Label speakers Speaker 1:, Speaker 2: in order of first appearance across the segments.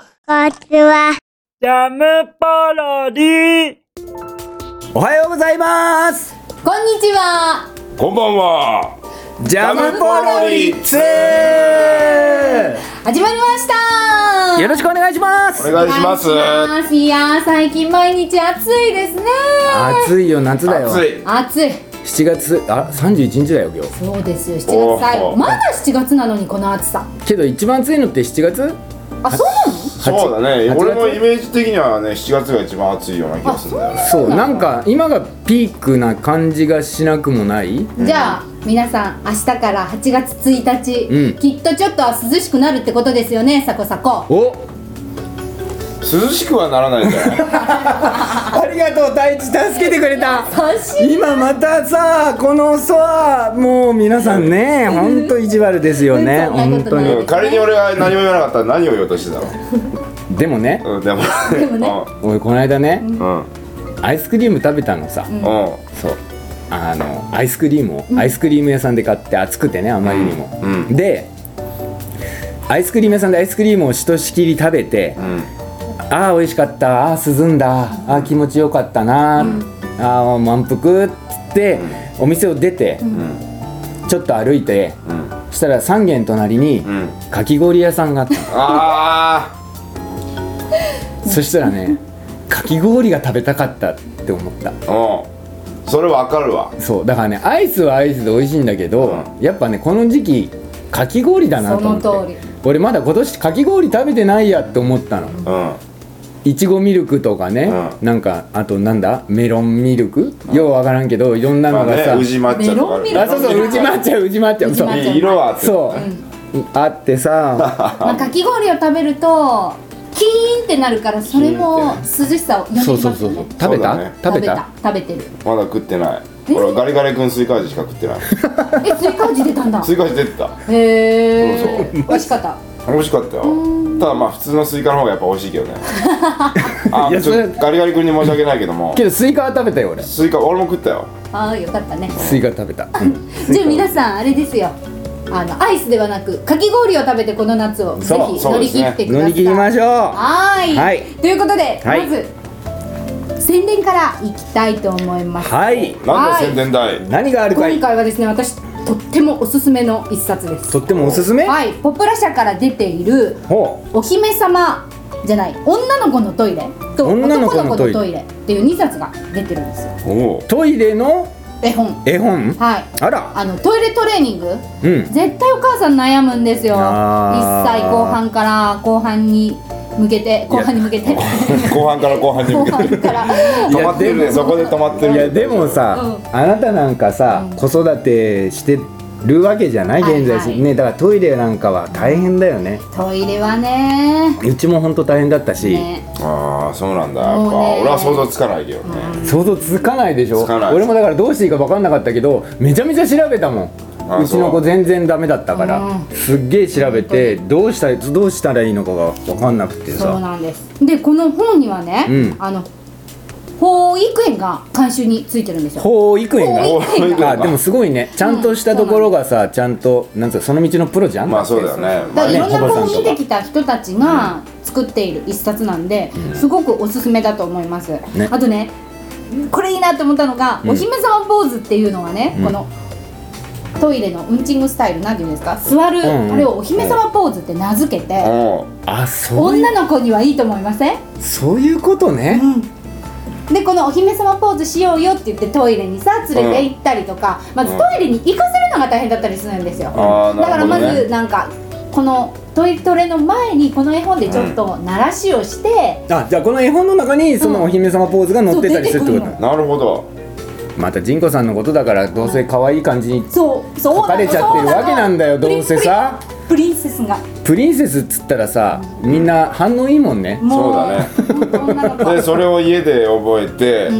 Speaker 1: ちは。
Speaker 2: ジャムパロディ
Speaker 3: おはようございます
Speaker 4: こんにちは。
Speaker 5: こんばんは。
Speaker 3: ジャムポロリッツ
Speaker 4: 始まりました。
Speaker 3: よろしくお願いします
Speaker 5: お願いします。
Speaker 4: 願いします。いやー、最近毎日暑いですね。
Speaker 3: 暑いよ夏だよ
Speaker 5: 暑い。
Speaker 4: 暑い。
Speaker 3: 7月あ31日だよ今日
Speaker 4: そうですよ。7
Speaker 5: お
Speaker 4: 月
Speaker 5: ー
Speaker 4: 最後。まだ7月なのにこの暑さ。
Speaker 3: けど一番暑いのって7月
Speaker 4: あ、そうなの？
Speaker 5: そうだね。
Speaker 3: 八月
Speaker 5: 俺もイメージ的にはね、7月が一番暑いような気がするんだよね。
Speaker 3: そうなんか今がピークな感じがしなくもない
Speaker 4: じゃあ皆さん明日から8月1日、
Speaker 3: うん
Speaker 4: きっとちょっとは涼しくなるってことですよねさこさこ
Speaker 3: お
Speaker 5: 涼しくはならないんだよね。
Speaker 3: ありがとう大地助けてくれた
Speaker 4: 楽しい
Speaker 3: 今またさこのさもう皆さんねほんと意地悪ですよね
Speaker 4: うんそんな
Speaker 3: 本
Speaker 4: こと
Speaker 3: 当
Speaker 4: ない
Speaker 5: うん
Speaker 3: に
Speaker 5: 仮に俺が何も言わなかったら何を言おうとしてた
Speaker 3: でもね
Speaker 5: の。うん、でも。
Speaker 4: でもね
Speaker 3: 俺この間ね
Speaker 5: うん。
Speaker 3: アイスクリーム食べたのさ
Speaker 5: うん。うん。
Speaker 3: そうあのアイスクリームをアイスクリーム屋さんで買って熱くてねあまりにも、
Speaker 5: うんう
Speaker 3: でアイスクリーム屋さんでアイスクリームをひとしきり食べて、
Speaker 5: うん。
Speaker 3: ああ美味しかったああ涼んだああ気持ちよかったな、ああ満腹っつって、お店を出て、ちょっと歩いて、
Speaker 5: うん。
Speaker 3: そしたら3軒隣に、
Speaker 5: うん。
Speaker 3: かき氷屋さんがあったの
Speaker 5: あ
Speaker 3: そしたらねかき氷が食べたかったって思った
Speaker 5: あ。うん。それわかるわ。
Speaker 3: そうだからねアイスはアイスで美味しいんだけど、やっぱねこの時期かき氷だなと思って
Speaker 4: その通り
Speaker 3: 俺まだ今年かき氷食べてないやって思ったの
Speaker 5: うん。
Speaker 3: いちごミルクとかね、
Speaker 5: う
Speaker 3: なんかあとなんだメロンミルク、ようわからんけどいろんな
Speaker 5: ま
Speaker 3: の
Speaker 5: あ
Speaker 3: が
Speaker 5: ね
Speaker 3: さ、、
Speaker 5: 宇治抹茶とか
Speaker 4: メロ
Speaker 5: あ
Speaker 4: ンミ
Speaker 5: る。
Speaker 4: ル
Speaker 3: あそうそう宇治抹茶宇治抹茶
Speaker 4: 宇治
Speaker 3: そう
Speaker 4: 抹茶
Speaker 5: いい色はあって。
Speaker 3: そう、あってさ
Speaker 4: まあ、かき氷を食べるとキーンってなるからそれも涼しさを呼んでき
Speaker 3: そう
Speaker 4: ます
Speaker 3: そ
Speaker 4: よ
Speaker 3: う
Speaker 4: ね
Speaker 3: そうそう食べた、
Speaker 5: そうだね
Speaker 3: 食べた
Speaker 4: 食べてる
Speaker 5: まだ食ってない。
Speaker 4: え
Speaker 5: 俺はガリガリ君スイカ味しか食って ない。
Speaker 4: えスイカ味出た んだ
Speaker 5: スイカ味出てた。
Speaker 4: へえ美味しかった
Speaker 5: 美味しかったよただまあ普通のスイカの方がやっぱ美味しいけどねあ
Speaker 3: いや
Speaker 5: ちょっ
Speaker 3: そ
Speaker 5: とガリガリ君に申し訳ないけども
Speaker 3: けどスイカは食べたよ俺
Speaker 5: スイカ俺も食ったよ
Speaker 4: ああよかったね
Speaker 3: スイカ食べた、うん
Speaker 4: じゃあ皆さんあれですよあのアイスではなくかき氷を食べてこの夏をぜ
Speaker 5: そう
Speaker 4: ひ
Speaker 5: そ
Speaker 4: 乗
Speaker 5: うで
Speaker 4: り
Speaker 5: すね
Speaker 4: 切ってください
Speaker 3: 乗り切りましょう
Speaker 4: はーい
Speaker 3: はい
Speaker 4: ということで、
Speaker 3: はい
Speaker 4: まず宣伝からいきたいと思います、
Speaker 3: はい
Speaker 5: なんで宣伝だい
Speaker 3: 何があるかい
Speaker 4: 今回はですね私とってもおすすめの一冊です
Speaker 3: とってもおすすめ、
Speaker 4: はいポプラ社から出ている
Speaker 3: ほ
Speaker 4: 「お姫様」じゃない「女の子のトイレ」と「
Speaker 3: 女の
Speaker 4: 男
Speaker 3: 子の
Speaker 4: の子
Speaker 3: トイレ
Speaker 4: のトイレ」っていう2冊が出てるんですよ
Speaker 5: おお
Speaker 3: うトイレの
Speaker 4: 絵本
Speaker 3: 絵本
Speaker 4: はい
Speaker 3: あら
Speaker 4: あのトイレトレーニング
Speaker 3: うん
Speaker 4: 絶対お母さん悩むんですよ1
Speaker 3: あー
Speaker 4: 歳後半から後半に向けて後半に向けて後
Speaker 5: 後半から後半に向け て
Speaker 4: 半から
Speaker 5: 止まってる
Speaker 3: いやで
Speaker 5: ね
Speaker 3: も
Speaker 5: そこで止まってる
Speaker 3: いやでもさ、あなたなんかさ、子育てしてるわけじゃない
Speaker 4: はい
Speaker 3: 現在、
Speaker 4: はい
Speaker 3: ねだからトイレなんかは大変だよね
Speaker 4: トイレはね
Speaker 3: うちもほんと大変だったし、
Speaker 4: ね
Speaker 5: ああそうなんだやっぱ
Speaker 4: もうね
Speaker 5: 俺は想像つかないけどね
Speaker 3: 想像つかないでしょ
Speaker 5: つかない
Speaker 3: 俺もだからどうしていいか分かんなかったけどめちゃめちゃ調べたも
Speaker 5: あ
Speaker 3: んうちの
Speaker 5: そ
Speaker 3: 子
Speaker 5: う
Speaker 3: 全然ダメだったから、
Speaker 4: うん
Speaker 3: すっげえ調べてどうしたらどうしたらいいのかが分かんなくて
Speaker 4: そう
Speaker 3: さ
Speaker 4: なんですでこの本にはね、
Speaker 3: うん
Speaker 4: あの保育園が監修についてるんですよ
Speaker 3: 保育園が
Speaker 4: 保育園
Speaker 5: が
Speaker 3: あでもすごいねちゃんとしたところがさちゃんとなんつうかその道のプロじゃん、
Speaker 5: まあそうだよねま
Speaker 4: だから
Speaker 5: あ
Speaker 4: いろん
Speaker 3: ね
Speaker 4: な
Speaker 3: お
Speaker 4: 子
Speaker 3: ば
Speaker 4: を
Speaker 3: さんと
Speaker 4: 見て
Speaker 3: か
Speaker 4: きた人たちが作っている一冊なんで、すごくおすすめだと思います、
Speaker 3: ね
Speaker 4: あとねこれいいなと思ったのが、
Speaker 3: ん
Speaker 4: お姫様坊主っていうのはね、このトイレのうんちんぐスタイルなんていうんですか座る、
Speaker 3: うんうん
Speaker 4: あれをお姫様ポーズって名付けて、
Speaker 5: うん
Speaker 3: あそういう
Speaker 4: 女の子にはいいと思いません、
Speaker 3: そういうことね、
Speaker 4: でこのお姫様ポーズしようよって言ってトイレにさ連れて行ったりとか、まずトイレに行かせるのが大変だったりするんですよ、
Speaker 5: あー
Speaker 4: だか
Speaker 5: なる
Speaker 4: ら
Speaker 5: ほど
Speaker 4: ま
Speaker 5: ね
Speaker 4: ずなんかこのトイレトレの前にこの絵本でちょっと鳴らしをして、
Speaker 3: あじゃあこの絵本の中にそのお姫様ポーズが載ってたりするってこと、
Speaker 4: そう出てくる
Speaker 5: なるほど
Speaker 3: また仁子さんのことだからどうせ可愛い感じに
Speaker 4: そうそう
Speaker 3: 書かれちゃってるわけなんだよ
Speaker 4: そう
Speaker 3: どうせさ
Speaker 4: プリンプリンプリンセスが
Speaker 3: プリンセスっつったらさみんな反応いいもんね、
Speaker 4: もう
Speaker 5: そう
Speaker 4: だね女の
Speaker 5: で
Speaker 4: 子
Speaker 5: それを家で覚えて、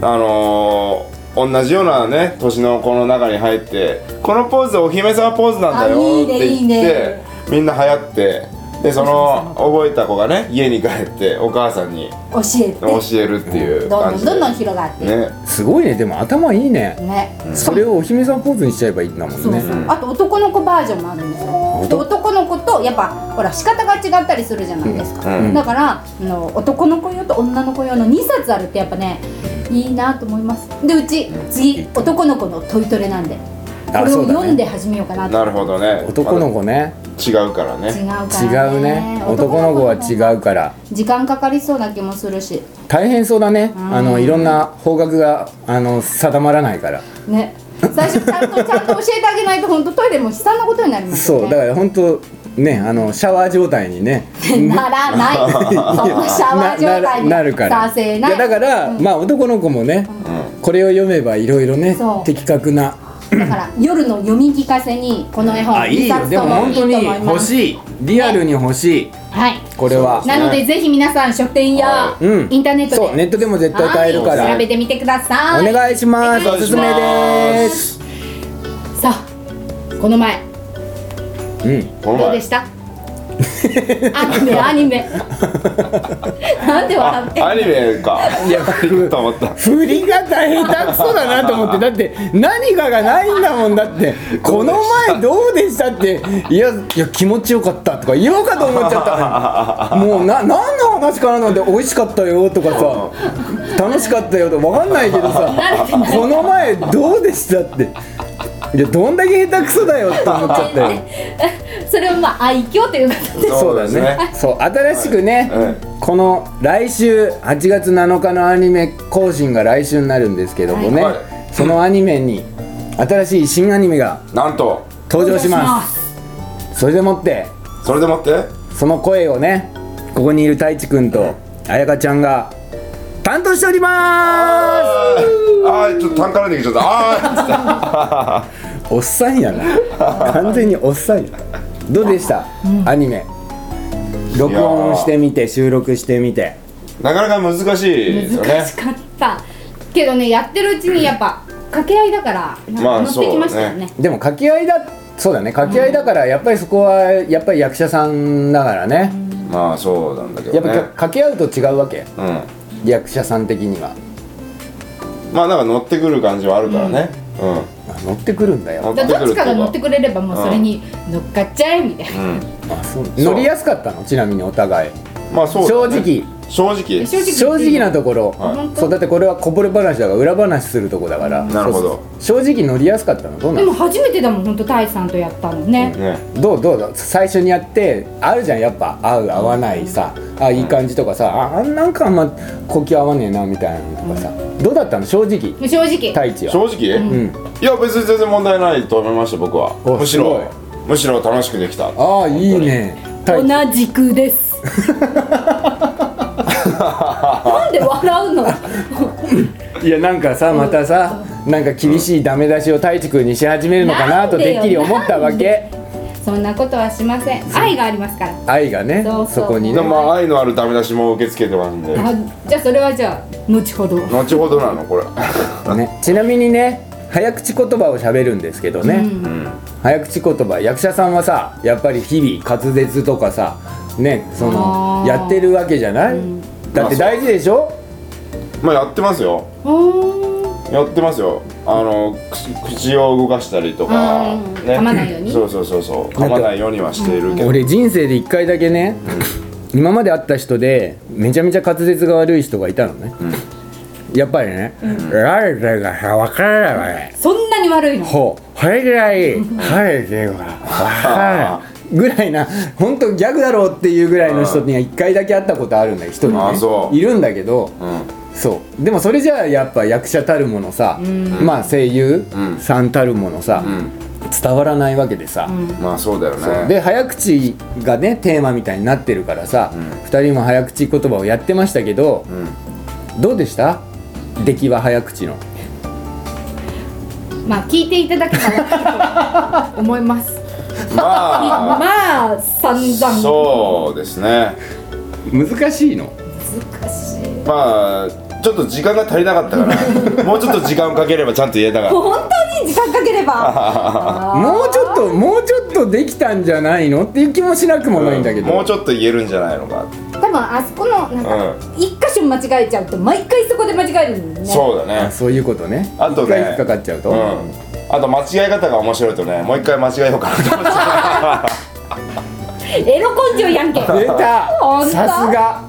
Speaker 5: あのー同じようなね年の子の中に入って「このポーズお姫様ポーズなんだよ」
Speaker 4: あいい
Speaker 5: っ
Speaker 4: ね
Speaker 5: て言って
Speaker 4: いいね
Speaker 5: みんな流行ってでその覚えた子がね家に帰ってお母さんに
Speaker 4: 教えて
Speaker 5: 教えるっていう
Speaker 4: どん
Speaker 5: 感
Speaker 4: どん
Speaker 5: じで
Speaker 4: どんどん広がって
Speaker 5: ね
Speaker 3: すごいねでも頭いいね
Speaker 4: ね、
Speaker 3: それをお姫さんポーズにしちゃえばいいんだもん
Speaker 4: そう
Speaker 3: ね
Speaker 4: そう、あと男の子バージョンもあるんですよで男の子とやっぱほら仕方が違ったりするじゃないですか、
Speaker 5: うんうん
Speaker 4: だからあの男の子用と女の子用の2冊あるってやっぱねいいなと思いますでうち次男の子のトイトレなんでこ
Speaker 3: あ
Speaker 4: れ
Speaker 3: そ
Speaker 4: を
Speaker 3: うだね
Speaker 4: 読んで始めようかなと
Speaker 5: なるほどね
Speaker 3: 男の子ね
Speaker 5: また違うから
Speaker 4: 違う
Speaker 5: ね
Speaker 4: か
Speaker 3: 違
Speaker 4: ら
Speaker 3: うね男の子は違うから
Speaker 4: 時間かかりそうな気もするし
Speaker 3: 大変そうだね
Speaker 4: ん
Speaker 3: あのいろんな方角があの定まらないから
Speaker 4: ね最初ちゃんとちゃんと教えてあげないと本当トイレも悲惨なことになりますよ
Speaker 3: そう
Speaker 4: ね
Speaker 3: だから本当ねあのシャワー状態にね
Speaker 4: なら ないそのシャワー状態に
Speaker 3: ななるから
Speaker 4: させない
Speaker 3: やだから、まあ男の子もね、これを読めばいろいろね
Speaker 4: そう
Speaker 3: 的確な
Speaker 4: だから夜の読み聞かせにこの絵本
Speaker 3: あいい
Speaker 4: 一
Speaker 3: よ
Speaker 4: 冊
Speaker 3: で
Speaker 4: と
Speaker 3: も
Speaker 4: もい
Speaker 3: 本
Speaker 4: いと
Speaker 3: 当に
Speaker 4: 思いま
Speaker 3: 欲
Speaker 4: す。
Speaker 3: しいリアルに欲しい
Speaker 4: はい。
Speaker 3: これは
Speaker 4: なのでぜひ皆さん書店や
Speaker 3: うん
Speaker 4: インターネッ
Speaker 3: そう
Speaker 4: ト
Speaker 3: ネ
Speaker 4: で
Speaker 3: ットでも絶対買えるか
Speaker 4: はい
Speaker 3: ら
Speaker 4: 調べてみてください。
Speaker 3: お願いします
Speaker 5: お
Speaker 3: お
Speaker 5: 願い
Speaker 3: す
Speaker 5: し
Speaker 3: す
Speaker 5: ま
Speaker 3: めですす
Speaker 4: さあこの前
Speaker 3: うん
Speaker 4: ど
Speaker 5: この
Speaker 4: うで
Speaker 5: 前
Speaker 4: した？アニメアニ メ。なんで笑ってんの
Speaker 5: アニメかいや と思った
Speaker 3: 振りが大変下手くそだなと 思ってだって何かがないんだもんだってこの前どうでしたっていやいや気持ちよかったとか言おうかと思っちゃ ったのにもうな何の話かなと思って美味しかったよとかさ楽しかったよとかわかんないけどさこの前どうでしたっていやどんだけ下手くそだよって思っちゃったよ
Speaker 4: それをまあ愛嬌ということで。
Speaker 5: そうですね
Speaker 3: そう新しくね、
Speaker 5: はい
Speaker 3: この来週8月7日のアニメ更新が来週になるんですけどもね、
Speaker 5: はい
Speaker 3: そのアニメに新しい新アニメが
Speaker 5: なんと
Speaker 3: 登場します
Speaker 4: す。
Speaker 3: それでもって
Speaker 5: それでもって
Speaker 3: その声をねここにいる太一くんと彩香ちゃんが担当しておりま
Speaker 5: あーちょっと単からできちゃったあー
Speaker 3: すおっさんやな完全におっさんやどうでした、アニメ録音してみて収録してみて
Speaker 5: なかなか難しいですよね
Speaker 4: 難しかった。けどねやってるうちにやっぱ掛け合いだからなん
Speaker 5: まあ
Speaker 4: か乗ってきましたよね。
Speaker 3: でも掛け合いだそうだね掛け合いだからやっぱりそこはやっぱり役者さんだからね、
Speaker 5: まあそうなんだけ
Speaker 3: や
Speaker 5: ど
Speaker 3: っぱ
Speaker 5: ね
Speaker 3: か掛け合うと違うわけ
Speaker 5: うん
Speaker 3: 役者さん的には
Speaker 5: まあなんか乗ってくる感じはあるからねうん
Speaker 3: あ乗ってくるんだよ
Speaker 5: 乗
Speaker 4: だ
Speaker 5: って
Speaker 4: からどっち
Speaker 5: くるってい
Speaker 4: か
Speaker 5: うか
Speaker 4: が乗ってくれればもうそれに乗っかっちゃえみたいな。
Speaker 3: あそう乗りやすかったのちなみにお互い
Speaker 5: まあそう
Speaker 3: 正
Speaker 5: だね
Speaker 3: 直
Speaker 5: 正直
Speaker 4: 正直
Speaker 3: 正直なところ、
Speaker 5: はい
Speaker 4: 本当
Speaker 3: そうだってこれはこぼれ話だから裏話するとこだから、
Speaker 5: なるほど
Speaker 3: そう正直乗りやすかったのどうな
Speaker 4: でも
Speaker 3: の
Speaker 4: 初めてだもん本当タイさんとやったのね、
Speaker 5: ね
Speaker 3: どうどうだ最初にやってあるじゃんやっぱ合う合わないさあいい感じとかさああなんかあんま呼吸合わねえなみたいなのとかさ、どうだったの正直
Speaker 4: 正直
Speaker 3: 太一は
Speaker 5: 正直
Speaker 3: ん
Speaker 5: いや別に全然問題ないと思いました僕は
Speaker 3: お
Speaker 5: むしろむしろ楽しくできた
Speaker 3: ああいいね
Speaker 4: 同
Speaker 3: 太一
Speaker 4: じくです なんで笑うの
Speaker 3: いやなんかさまたさなんか厳しいダメ出しを太一くんにし始めるのかなと
Speaker 4: なんで
Speaker 3: て
Speaker 4: よ
Speaker 3: っきり思ったわけ
Speaker 4: そんなことはしません愛がありますから
Speaker 3: 愛がね
Speaker 4: そうそう
Speaker 3: そこに
Speaker 5: で
Speaker 3: ね
Speaker 5: もまあ愛のあるダメ出しも受け付けてます んで
Speaker 4: あじゃあそれはじゃあ後ほど
Speaker 5: 後ほどなのこれ
Speaker 3: ねちなみにね早口言葉を喋るんですけどね、早口言葉役者さんはさやっぱり日々滑舌とかさねその
Speaker 4: あー
Speaker 3: やってるわけじゃない、だって大事でしょ、
Speaker 5: まあやってますよ
Speaker 4: おー
Speaker 5: やってますよあの口口を動かしたりとか、
Speaker 4: うん噛まないように
Speaker 5: そうそうそうそう噛まないようにはしているけど、
Speaker 3: 俺人生で一回だけね今まで会った人でめちゃめちゃ滑舌が悪い人がいたのね、やっぱりね「誰、れがさ分からないわね
Speaker 4: そんなに悪いの
Speaker 3: ほうこれぐらい晴れてるから分からない」ぐらいな本当ギャグだろうっていうぐらいの人には一回だけ会ったことあるんだよ一人
Speaker 5: あそ
Speaker 3: ねい
Speaker 5: う
Speaker 3: るんだけど、
Speaker 5: うん
Speaker 3: そうでもそれじゃあやっぱ役者たるものさ、まあ声優さんたるものさ、伝わらないわけでさ、
Speaker 5: まあそうだよね
Speaker 3: で早口がねテーマみたいになってるからさ、2人も早口言葉をやってましたけど、どうでした出来は早口の
Speaker 4: まあ聞いていただけたらわかると思います
Speaker 5: ま
Speaker 4: ま
Speaker 5: あ
Speaker 4: あ散々
Speaker 5: そうですね
Speaker 3: 難しいの
Speaker 4: 難しい
Speaker 5: ま あちょっと時間が足りなかったからもうちょっと時間をかければちゃんと言えたから
Speaker 4: 本当に時間かけれ ば
Speaker 3: もうちょっともうちょっとできたんじゃないのっていう気もしなくもないんだけど、
Speaker 5: もうちょっと言えるんじゃないのかって
Speaker 4: 多分あそこのなんか
Speaker 5: う
Speaker 4: 一箇所間違えちゃうと毎回そこで間違えるんだよね
Speaker 5: そうだ
Speaker 3: あ
Speaker 5: ね
Speaker 3: そういうことね
Speaker 5: あと
Speaker 3: 一回
Speaker 5: ね
Speaker 3: 引っかかっちゃうと、
Speaker 5: うんあと間違え方が面白いとねもう一回間違えようかなと思っちゃ
Speaker 4: エロ根性やんけ
Speaker 3: 出た
Speaker 4: ほんと
Speaker 3: さすが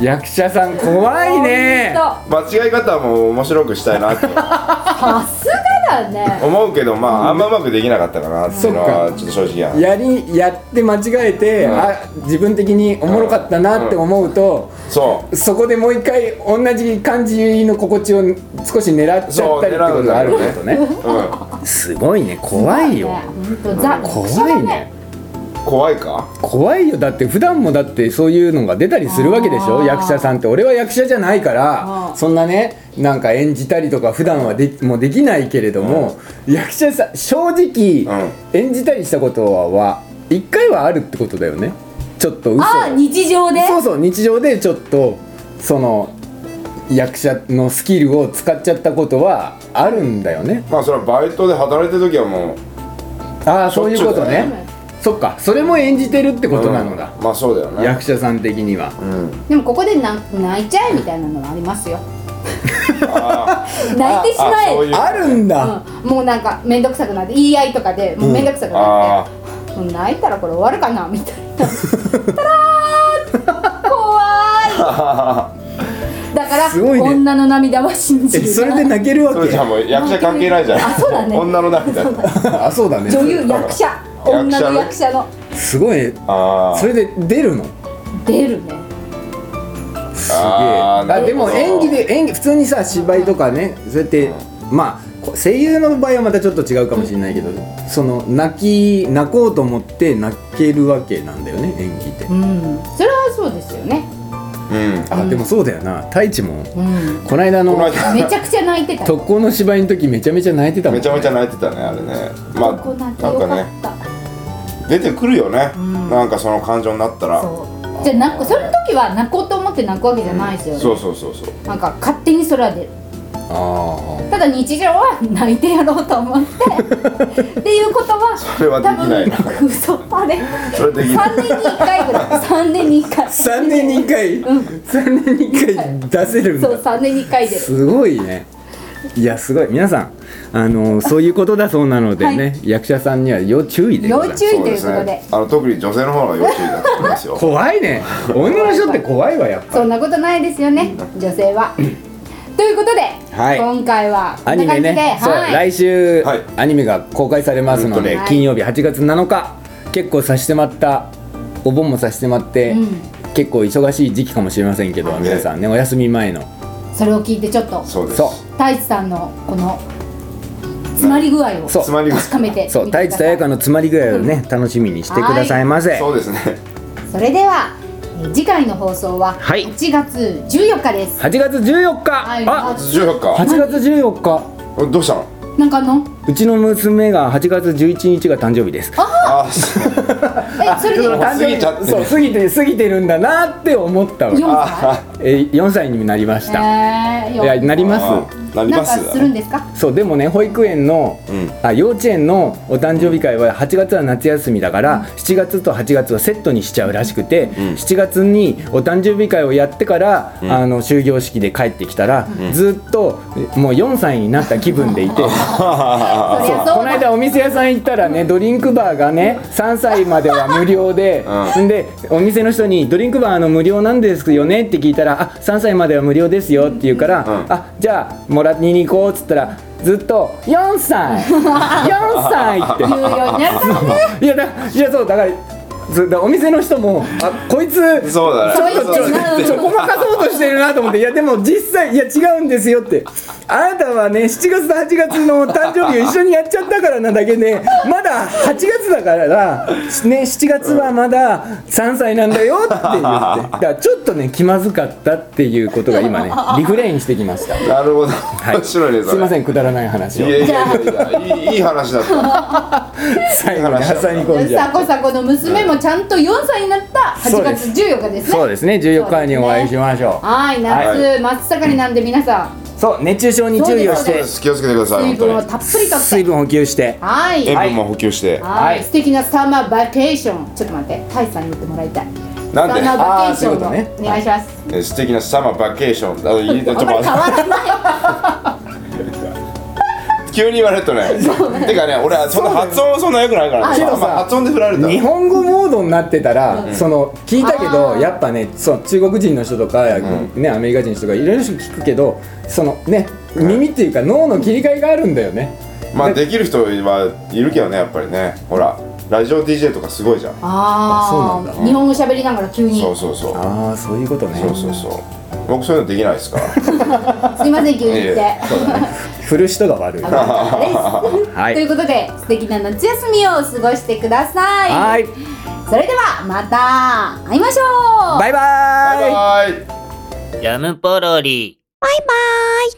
Speaker 3: 役者さん怖いね
Speaker 4: ほん
Speaker 5: う間違え方も面白くしたいなって
Speaker 4: とさすがだね
Speaker 5: 思うけどまああんまうまくできなかったかなっていうのはちょっと正直や
Speaker 3: やりやって間違えて、
Speaker 5: ん
Speaker 3: あ自分的におもろかったなって思うと、
Speaker 5: そう
Speaker 3: そこでもう一回同じ感じの心地を少し狙っちゃったりってことがあるってことね
Speaker 5: う
Speaker 3: すごいね怖いよ
Speaker 4: 本当ザ
Speaker 3: 怖
Speaker 4: だ
Speaker 3: いね
Speaker 5: ん怖いか
Speaker 3: 怖いよだって普段もだってそういうのが出たりするわけでし
Speaker 4: あ
Speaker 3: ょ
Speaker 4: ー
Speaker 3: 役者さんって俺は役者じゃないから
Speaker 4: うん
Speaker 3: そんなねなんか演じたりとか普段はできもうできないけれども、役者さん正直、
Speaker 5: うん
Speaker 3: 演じたりしたことはは一回はあるってことだよねちょっと嘘を
Speaker 4: ああ日常で
Speaker 3: そうそう日常でちょっとその役者のスキルを使っちゃったことはあるんだよね
Speaker 5: まあそれはバイトで働いてる時はもう
Speaker 3: ああそういうこと
Speaker 5: しょっちゅ
Speaker 3: ねそっかそれも演じてるってことなのだ、
Speaker 5: うんまあそうだよね
Speaker 3: 役者さん的には
Speaker 5: うん
Speaker 4: でもここでな泣いちゃえみたいなのはあります よ
Speaker 5: あ
Speaker 4: 泣いてしま
Speaker 5: あ
Speaker 4: え
Speaker 5: そういう
Speaker 3: あるんだ、
Speaker 4: うん、もうなんか面倒くさくなって言い合いとかでもう面倒くさくなって、もう泣いたらこれ終わるかなみたいな たらー怖
Speaker 5: あ
Speaker 4: いだから、
Speaker 3: すごいね
Speaker 4: 女の涙は信じ
Speaker 3: え
Speaker 4: る
Speaker 3: それで泣けるわ
Speaker 5: それ
Speaker 3: け
Speaker 5: じゃあもう役者関係ないじゃん
Speaker 4: あそうだね
Speaker 5: 女の涙って
Speaker 3: あそうだね
Speaker 4: 女優役者女の役
Speaker 5: 役
Speaker 4: 者の
Speaker 3: すごいね
Speaker 5: ああ
Speaker 3: それで出るの
Speaker 4: 出るね
Speaker 3: すげえ
Speaker 5: あーな
Speaker 3: あ
Speaker 5: るほど
Speaker 3: でも演技で演技普通にさ芝居とかねそうやってまあこ声優の場合はまたちょっと違うかもしれないけどその泣き泣こうと思って泣けるわけなんだよね演技って
Speaker 4: うんそれはそうですよね
Speaker 5: うん
Speaker 3: あでもそうだよな太一も
Speaker 4: うん
Speaker 3: こないだ
Speaker 5: この
Speaker 3: の
Speaker 5: 間
Speaker 4: めちゃくちゃ泣いてた
Speaker 3: 特攻の芝居の時めちゃめちゃ泣いてたもん
Speaker 5: めちゃめちゃ泣いてたねあれねまあ
Speaker 4: ここ
Speaker 5: な
Speaker 4: 泣
Speaker 5: ん
Speaker 4: いてよ
Speaker 5: か
Speaker 4: かっ
Speaker 5: ね
Speaker 4: た、
Speaker 5: 出てくるよね、
Speaker 4: ん
Speaker 5: なんかその感情になったらそ
Speaker 4: そうじゃあ泣くその時は泣こうと思って泣くわけじゃないですよ
Speaker 5: う
Speaker 4: ね、
Speaker 5: そうそうそう
Speaker 4: なんか勝手にそれは出る
Speaker 3: あ
Speaker 4: ただ日常は泣いてやろうと思ってっていうことは
Speaker 5: それはできないな
Speaker 4: 多分嘘あれ
Speaker 5: それでき
Speaker 4: 3年に1回ぐらい3年に1回
Speaker 3: あ3年に1回3年に1回出せるんだ
Speaker 4: そう3年に1回出る
Speaker 3: すごいねいやすごい皆さんあのそういうことだそうなのでね、
Speaker 4: は
Speaker 3: 役者さんには要注意でございます
Speaker 4: 要注意
Speaker 5: そうです
Speaker 4: ということで
Speaker 5: ねあの特に女性の方が要注意だと思 いますよ
Speaker 3: 怖いね女の人って怖いわやっぱ
Speaker 4: そんなことないですよね女性はということで、
Speaker 3: はい
Speaker 4: 今回はこ
Speaker 3: ア
Speaker 4: んな
Speaker 3: ニ
Speaker 4: 感
Speaker 3: メ
Speaker 4: じで、
Speaker 3: ね、そう
Speaker 4: はい
Speaker 3: 来週、
Speaker 5: はい
Speaker 3: アニメが公開されますので、
Speaker 4: はい
Speaker 3: 金曜日8月7日結構差し迫ったお盆も差し迫って、
Speaker 4: うん
Speaker 3: 結構忙しい時期かもしれませんけど、
Speaker 5: はい
Speaker 3: 皆さんねお休み前の
Speaker 4: それを聞いてちょっと
Speaker 5: そうです
Speaker 3: そ
Speaker 4: 太一さんのこの詰まり具合を
Speaker 3: そう
Speaker 5: つまり
Speaker 4: 確かめてみてください
Speaker 3: そう太一と彩香の詰まり具合をね、楽しみにしてくださいませ、
Speaker 5: そうですね
Speaker 4: それではえー次回の放送は
Speaker 3: はい
Speaker 4: 8月14日です、
Speaker 3: 8月14日、
Speaker 4: はい
Speaker 3: あ8
Speaker 5: 14日
Speaker 3: 月14日
Speaker 5: おどうしたの
Speaker 4: なんかあんの
Speaker 3: うちの娘が8月11日が誕生日です
Speaker 5: ああす
Speaker 4: えそれで
Speaker 5: あ
Speaker 4: 4
Speaker 5: 誕生日過ぎちゃってる
Speaker 3: そう過ぎて過ぎてるんだなって思ったわ
Speaker 4: 歳
Speaker 3: えー4歳になりました、
Speaker 4: えー
Speaker 3: いやなりま
Speaker 5: あ
Speaker 3: す
Speaker 5: ーなり
Speaker 4: なんか
Speaker 5: ます
Speaker 4: するんですか
Speaker 3: そうでもね保育園の、
Speaker 5: うん
Speaker 3: あ幼稚園のお誕生日会は8月は夏休みだから、7月と8月はセットにしちゃうらしくて、7月にお誕生日会をやってから、あの終業式で帰ってきたら、ずっともう4歳になった気分で いて。
Speaker 4: そりゃ
Speaker 3: こ
Speaker 4: そう
Speaker 3: の
Speaker 4: だ
Speaker 3: 間お店屋さん行ったらねドリンクバーがね3歳までは無料で、、
Speaker 5: うん
Speaker 3: でお店の人に「ドリンクバーあの無料なんですよね」って聞いたら「あ3歳までは無料ですよ」って言うから「
Speaker 5: ん
Speaker 3: あじゃあもらいに行こう」っつったらずっと「4歳 4歳」って
Speaker 4: 言うようになったね
Speaker 3: いやだいやそうだからずだからお店の人も「あこいつ
Speaker 5: そうだね
Speaker 3: ちょっとちょ
Speaker 4: そうだね
Speaker 3: ちょごまかそうとしてるなと思って「いやでも実際いや違うんですよ」って「あなたはね7月と8月の誕生日を一緒にやっちゃったからなだけでまだ8月だからね7月はまだ3歳なんだよ」って言ってだからちょっとね気まずかったっていうことが今ねリフレインしてきました。
Speaker 5: なるほど
Speaker 3: はい、
Speaker 5: 面白いねそれ
Speaker 3: すいませんくだらない話を
Speaker 5: いやいやいやいやいいいい話だった
Speaker 3: 最後に挟み込んじゃ
Speaker 4: さ
Speaker 3: う
Speaker 4: こさこの娘もちゃんと4歳になった8月14日ですね
Speaker 3: そうですね14日にお会いしましょう
Speaker 4: はい夏、真っ盛りなんで皆さん
Speaker 3: そう熱中症に注意をし
Speaker 4: そう
Speaker 3: て
Speaker 4: です
Speaker 5: 気をつけてください
Speaker 4: 水
Speaker 5: 本当
Speaker 4: 分を
Speaker 5: に
Speaker 4: たっぷりとって
Speaker 3: 水分補給して
Speaker 4: はい
Speaker 5: 塩
Speaker 4: はい
Speaker 5: 分も補給して
Speaker 3: はい
Speaker 4: 素敵なサマーバケーションちょっと待ってタイさんに言ってもらいたい
Speaker 5: なんで
Speaker 4: サマーバケーション
Speaker 3: あーそういうこ
Speaker 4: の
Speaker 3: と
Speaker 4: お
Speaker 3: ね
Speaker 4: 願いします
Speaker 5: えー素敵なサマーバケーションあのいいちょ
Speaker 4: あ
Speaker 5: っ
Speaker 4: ん
Speaker 5: と
Speaker 4: まり変
Speaker 5: 待
Speaker 4: わらない
Speaker 5: って急に言われるとねてかね俺はそんな発音そんな良くないからね
Speaker 3: けどさ
Speaker 5: あんま発音で振られたら
Speaker 3: 日本語モードになってたら、その聞いたけ
Speaker 4: あ
Speaker 3: ど
Speaker 4: ー
Speaker 3: やっぱねそう中国人の人とか、ね、アメリカ人の人とかいろいろ聞くけどそのね耳っていうか脳の切り替えがあるんだよね、
Speaker 5: まあできる人はいるけどねやっぱりねほらラジオ DJ とかすごいじゃん
Speaker 4: あ
Speaker 3: あそうな
Speaker 4: あ
Speaker 3: ん
Speaker 4: ー日本語喋りながら急に
Speaker 5: そうそうそう
Speaker 3: ああそういうことね
Speaker 5: そうそうそう僕そういうのできないですから
Speaker 4: すいません急に言っ
Speaker 5: いえい
Speaker 4: て
Speaker 5: え
Speaker 3: 振る人が悪い
Speaker 4: 危なかったです、
Speaker 3: はい
Speaker 4: ということで素敵な夏休みを過ごしてください
Speaker 3: はい
Speaker 4: それではまた会いましょう
Speaker 3: バイバーイ
Speaker 5: バイバイ
Speaker 2: ジャムポロリ。
Speaker 5: バイ